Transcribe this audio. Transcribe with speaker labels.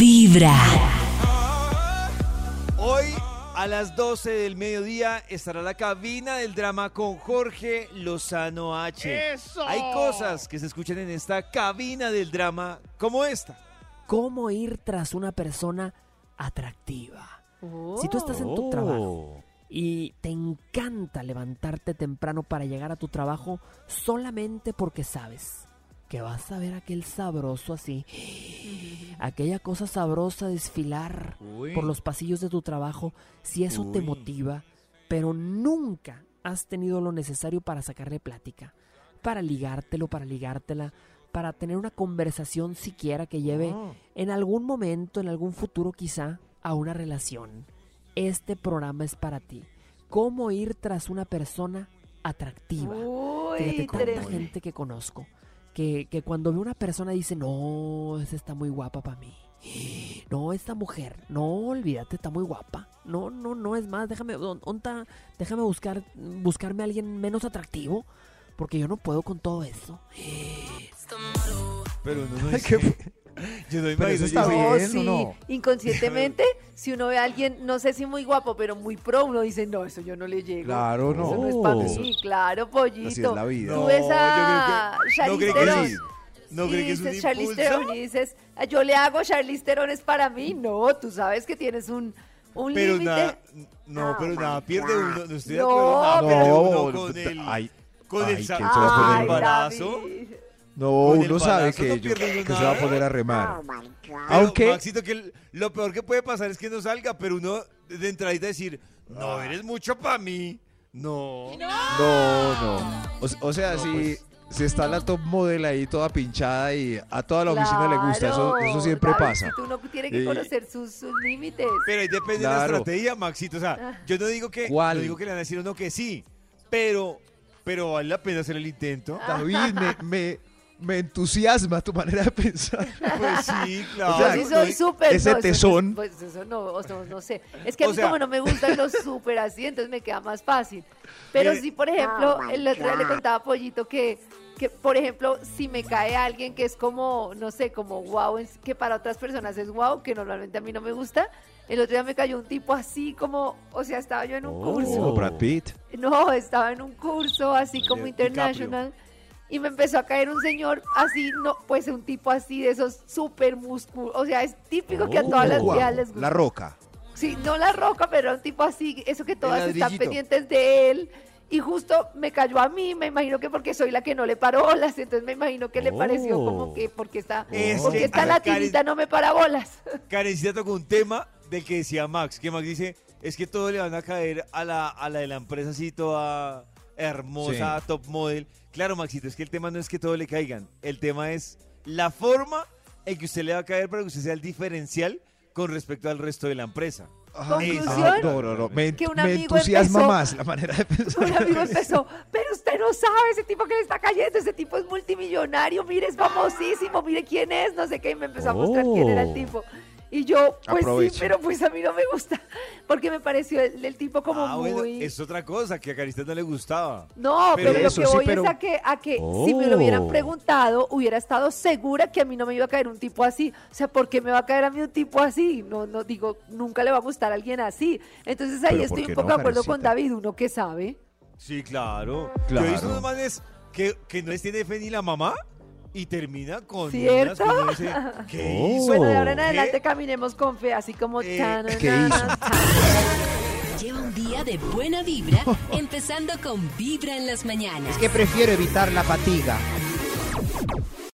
Speaker 1: Vibra.
Speaker 2: Hoy a las 12 del mediodía estará la cabina del drama con Jorge Lozano H.
Speaker 3: ¡Eso!
Speaker 2: Hay cosas que se escuchan en esta cabina del drama como esta.
Speaker 4: cómo ir tras una persona atractiva. Si tú estás en tu trabajo y te encanta levantarte temprano para llegar a tu trabajo solamente porque sabes que vas a ver aquel sabroso así, aquella cosa sabrosa desfilar
Speaker 3: Uy.
Speaker 4: por los pasillos de tu trabajo, si eso te
Speaker 2: Uy.
Speaker 4: motiva, pero nunca has tenido lo necesario para sacarle plática, para ligártelo, para ligártela, para tener una conversación siquiera que lleve
Speaker 2: Ah.
Speaker 4: en algún momento, en algún futuro quizá, a una relación. Este programa es para ti. ¿Cómo ir tras una persona atractiva? Fíjate,
Speaker 5: Uy,
Speaker 4: tanta
Speaker 5: tremendo.
Speaker 4: gente que conozco que, que cuando ve una persona dice, no, esa está muy guapa para mí. No, esta mujer, no, olvídate, está muy guapa. No, no, no, es más, déjame, on- onta, déjame buscar, buscarme a alguien menos atractivo, porque yo no puedo con todo eso.
Speaker 2: Pero no, no
Speaker 3: Ay,
Speaker 2: es
Speaker 3: qué
Speaker 2: que-
Speaker 3: fu-
Speaker 2: Yo no
Speaker 3: Pero
Speaker 2: imagino-
Speaker 3: eso está
Speaker 2: yo-
Speaker 3: bien.
Speaker 5: No,
Speaker 3: ¿o
Speaker 5: sí,
Speaker 3: no?
Speaker 5: inconscientemente, si uno ve a alguien, no sé si muy guapo, pero muy pro, uno dice, no, eso yo no le llego.
Speaker 3: Claro,
Speaker 5: Eso
Speaker 3: no.
Speaker 5: no es para
Speaker 3: Eso-
Speaker 5: mí, claro, pollito.
Speaker 3: Así es la vida.
Speaker 5: Tú
Speaker 2: No,
Speaker 5: ves a
Speaker 2: yo creo que- no creo
Speaker 5: Charlize
Speaker 2: que
Speaker 5: Theron
Speaker 2: sí. No
Speaker 5: y
Speaker 2: cree que es un
Speaker 5: dices Charlize
Speaker 2: impulso.
Speaker 5: Theron y dices, "Ah, yo le hago Charlize Theron es para mí. No, tú sabes que tienes un, un
Speaker 2: Pero
Speaker 5: límite.
Speaker 2: nada, no,
Speaker 5: Ah,
Speaker 2: pero nada, pierde uno. No estoy de acuerdo,
Speaker 5: No,
Speaker 2: nada,
Speaker 3: No,
Speaker 2: pierde uno con
Speaker 3: t-
Speaker 2: el.
Speaker 3: ay,
Speaker 2: con
Speaker 3: ay,
Speaker 2: el
Speaker 3: ¿quién
Speaker 2: sa-
Speaker 3: se va a poner
Speaker 2: con
Speaker 5: Ay,
Speaker 2: el
Speaker 3: mal?
Speaker 2: balazo.
Speaker 5: David.
Speaker 3: No,
Speaker 2: con el
Speaker 3: uno sabe
Speaker 2: balazo no
Speaker 3: que, yo-
Speaker 2: pierdes
Speaker 3: que se va a
Speaker 2: nada.
Speaker 3: poner a remar.
Speaker 2: Pero,
Speaker 3: Aunque,
Speaker 2: Maxito, que l- lo peor que puede pasar es que no salga, pero uno de entradita decir,
Speaker 3: Ah.
Speaker 2: no, eres mucho para mí. No.
Speaker 3: no, no. O, s- o sea,
Speaker 2: No,
Speaker 3: si,
Speaker 2: pues.
Speaker 3: si está la top model ahí toda pinchada y a toda la oficina le gusta, eso, eso
Speaker 5: Claro,
Speaker 3: siempre
Speaker 5: David,
Speaker 3: pasa. Eh,
Speaker 5: que Tú no tiene
Speaker 3: Y-
Speaker 5: que conocer sus, sus límites.
Speaker 2: Pero ahí depende de
Speaker 3: Claro.
Speaker 2: la estrategia, Maxito. O sea, yo no digo que,
Speaker 3: ¿Cuál?
Speaker 2: no digo que le van a decir o no que sí, pero, pero vale la pena hacer el intento.
Speaker 3: David, me, me, me entusiasma tu manera de pensar.
Speaker 2: Pues sí, claro.
Speaker 3: O sea,
Speaker 5: yo sí
Speaker 2: No
Speaker 5: soy
Speaker 2: hay-
Speaker 5: súper.
Speaker 3: ese
Speaker 5: no, eso-
Speaker 3: tesón.
Speaker 5: pues eso no, o no, no sé. Es que a
Speaker 2: O
Speaker 5: mí
Speaker 2: sea-
Speaker 5: como no me gustan los súper así, entonces me queda más fácil. Pero
Speaker 2: Mire-
Speaker 5: sí, por ejemplo, el otro día le contaba a Pollito que, que, por ejemplo, si me cae alguien que es como, no sé, como wow, que para otras personas es wow, que normalmente a mí no me gusta. El otro día me cayó un tipo así como, o sea, estaba yo en un curso.
Speaker 3: Oh, Brad Pitt.
Speaker 5: No, estaba en un curso así
Speaker 2: Leo
Speaker 5: como
Speaker 2: DiCaprio.
Speaker 5: international y me empezó a caer un señor así, no, pues un tipo así de esos súper músculos. O sea, es típico que a todas las
Speaker 2: Oh.
Speaker 3: Guau,
Speaker 5: vías les gusta.
Speaker 3: la roca.
Speaker 5: Sí, no la roca, pero era un tipo así, eso que todas están
Speaker 3: ladrillito.
Speaker 5: pendientes de él. Y justo me cayó a mí, me imagino que porque soy la que no le paró bolas, entonces me imagino que le pareció como que porque está,
Speaker 2: Oh. Es
Speaker 5: porque
Speaker 2: que
Speaker 5: esta
Speaker 2: a la
Speaker 5: latinita no me para bolas.
Speaker 2: Karencita tocó un tema del que decía Max, que Max dice, es que todo le van a caer a la, a la de la empresa así toda hermosa, top model. Claro, Maxito, es que el tema no es que todo le caigan, el tema es la forma en que usted le va a caer para que usted sea el diferencial con respecto al resto de la empresa.
Speaker 5: Conclusión,
Speaker 3: Ah, no, no, no. Me,
Speaker 5: que un
Speaker 3: me
Speaker 5: amigo
Speaker 3: entusiasma
Speaker 5: empezó-
Speaker 3: más la manera de pensar.
Speaker 5: Un amigo empezó, pero usted no sabe ese tipo que le está cayendo, ese tipo es multimillonario, mire, es famosísimo, mire quién es, no sé qué, y me empezó a mostrar quién era el tipo. Y yo, pues
Speaker 3: Oh. Aproveche.
Speaker 5: sí, pero pues a mí no me gusta, porque me pareció el, el tipo como
Speaker 2: ah,
Speaker 5: muy...
Speaker 2: bueno, es otra cosa que a Karencita no le gustaba.
Speaker 5: No,
Speaker 2: Pero
Speaker 5: pero,
Speaker 3: eso
Speaker 5: lo que
Speaker 3: sí,
Speaker 5: voy
Speaker 3: pero-
Speaker 5: es a que, a que si me lo hubieran
Speaker 3: Oh.
Speaker 5: preguntado, hubiera estado segura que a mí no me iba a caer un tipo así. O sea, ¿por qué me va a caer a mí un tipo así? No, no digo, nunca le va a gustar a alguien así. Entonces ahí
Speaker 3: Pero ¿por
Speaker 5: estoy
Speaker 3: qué
Speaker 5: un poco
Speaker 3: no,
Speaker 5: de acuerdo con
Speaker 3: Karencita?
Speaker 5: David, uno que sabe.
Speaker 2: Sí, claro. Yo he
Speaker 3: Claro.
Speaker 2: visto unos manes que, que no les tiene fe ni la mamá y termina con...
Speaker 5: ¿Cierto?
Speaker 2: unas que uno dice, ¿Qué
Speaker 3: Oh.
Speaker 2: hizo?
Speaker 5: Bueno, de ahora en
Speaker 2: ¿Qué?
Speaker 5: adelante caminemos con fe, así como...
Speaker 2: Eh,
Speaker 5: tan,
Speaker 3: ¿qué
Speaker 5: na,
Speaker 3: hizo?
Speaker 5: na, tan.
Speaker 1: Lleva un día de buena vibra, empezando con Vibra en las mañanas.
Speaker 6: que prefiero evitar la fatiga.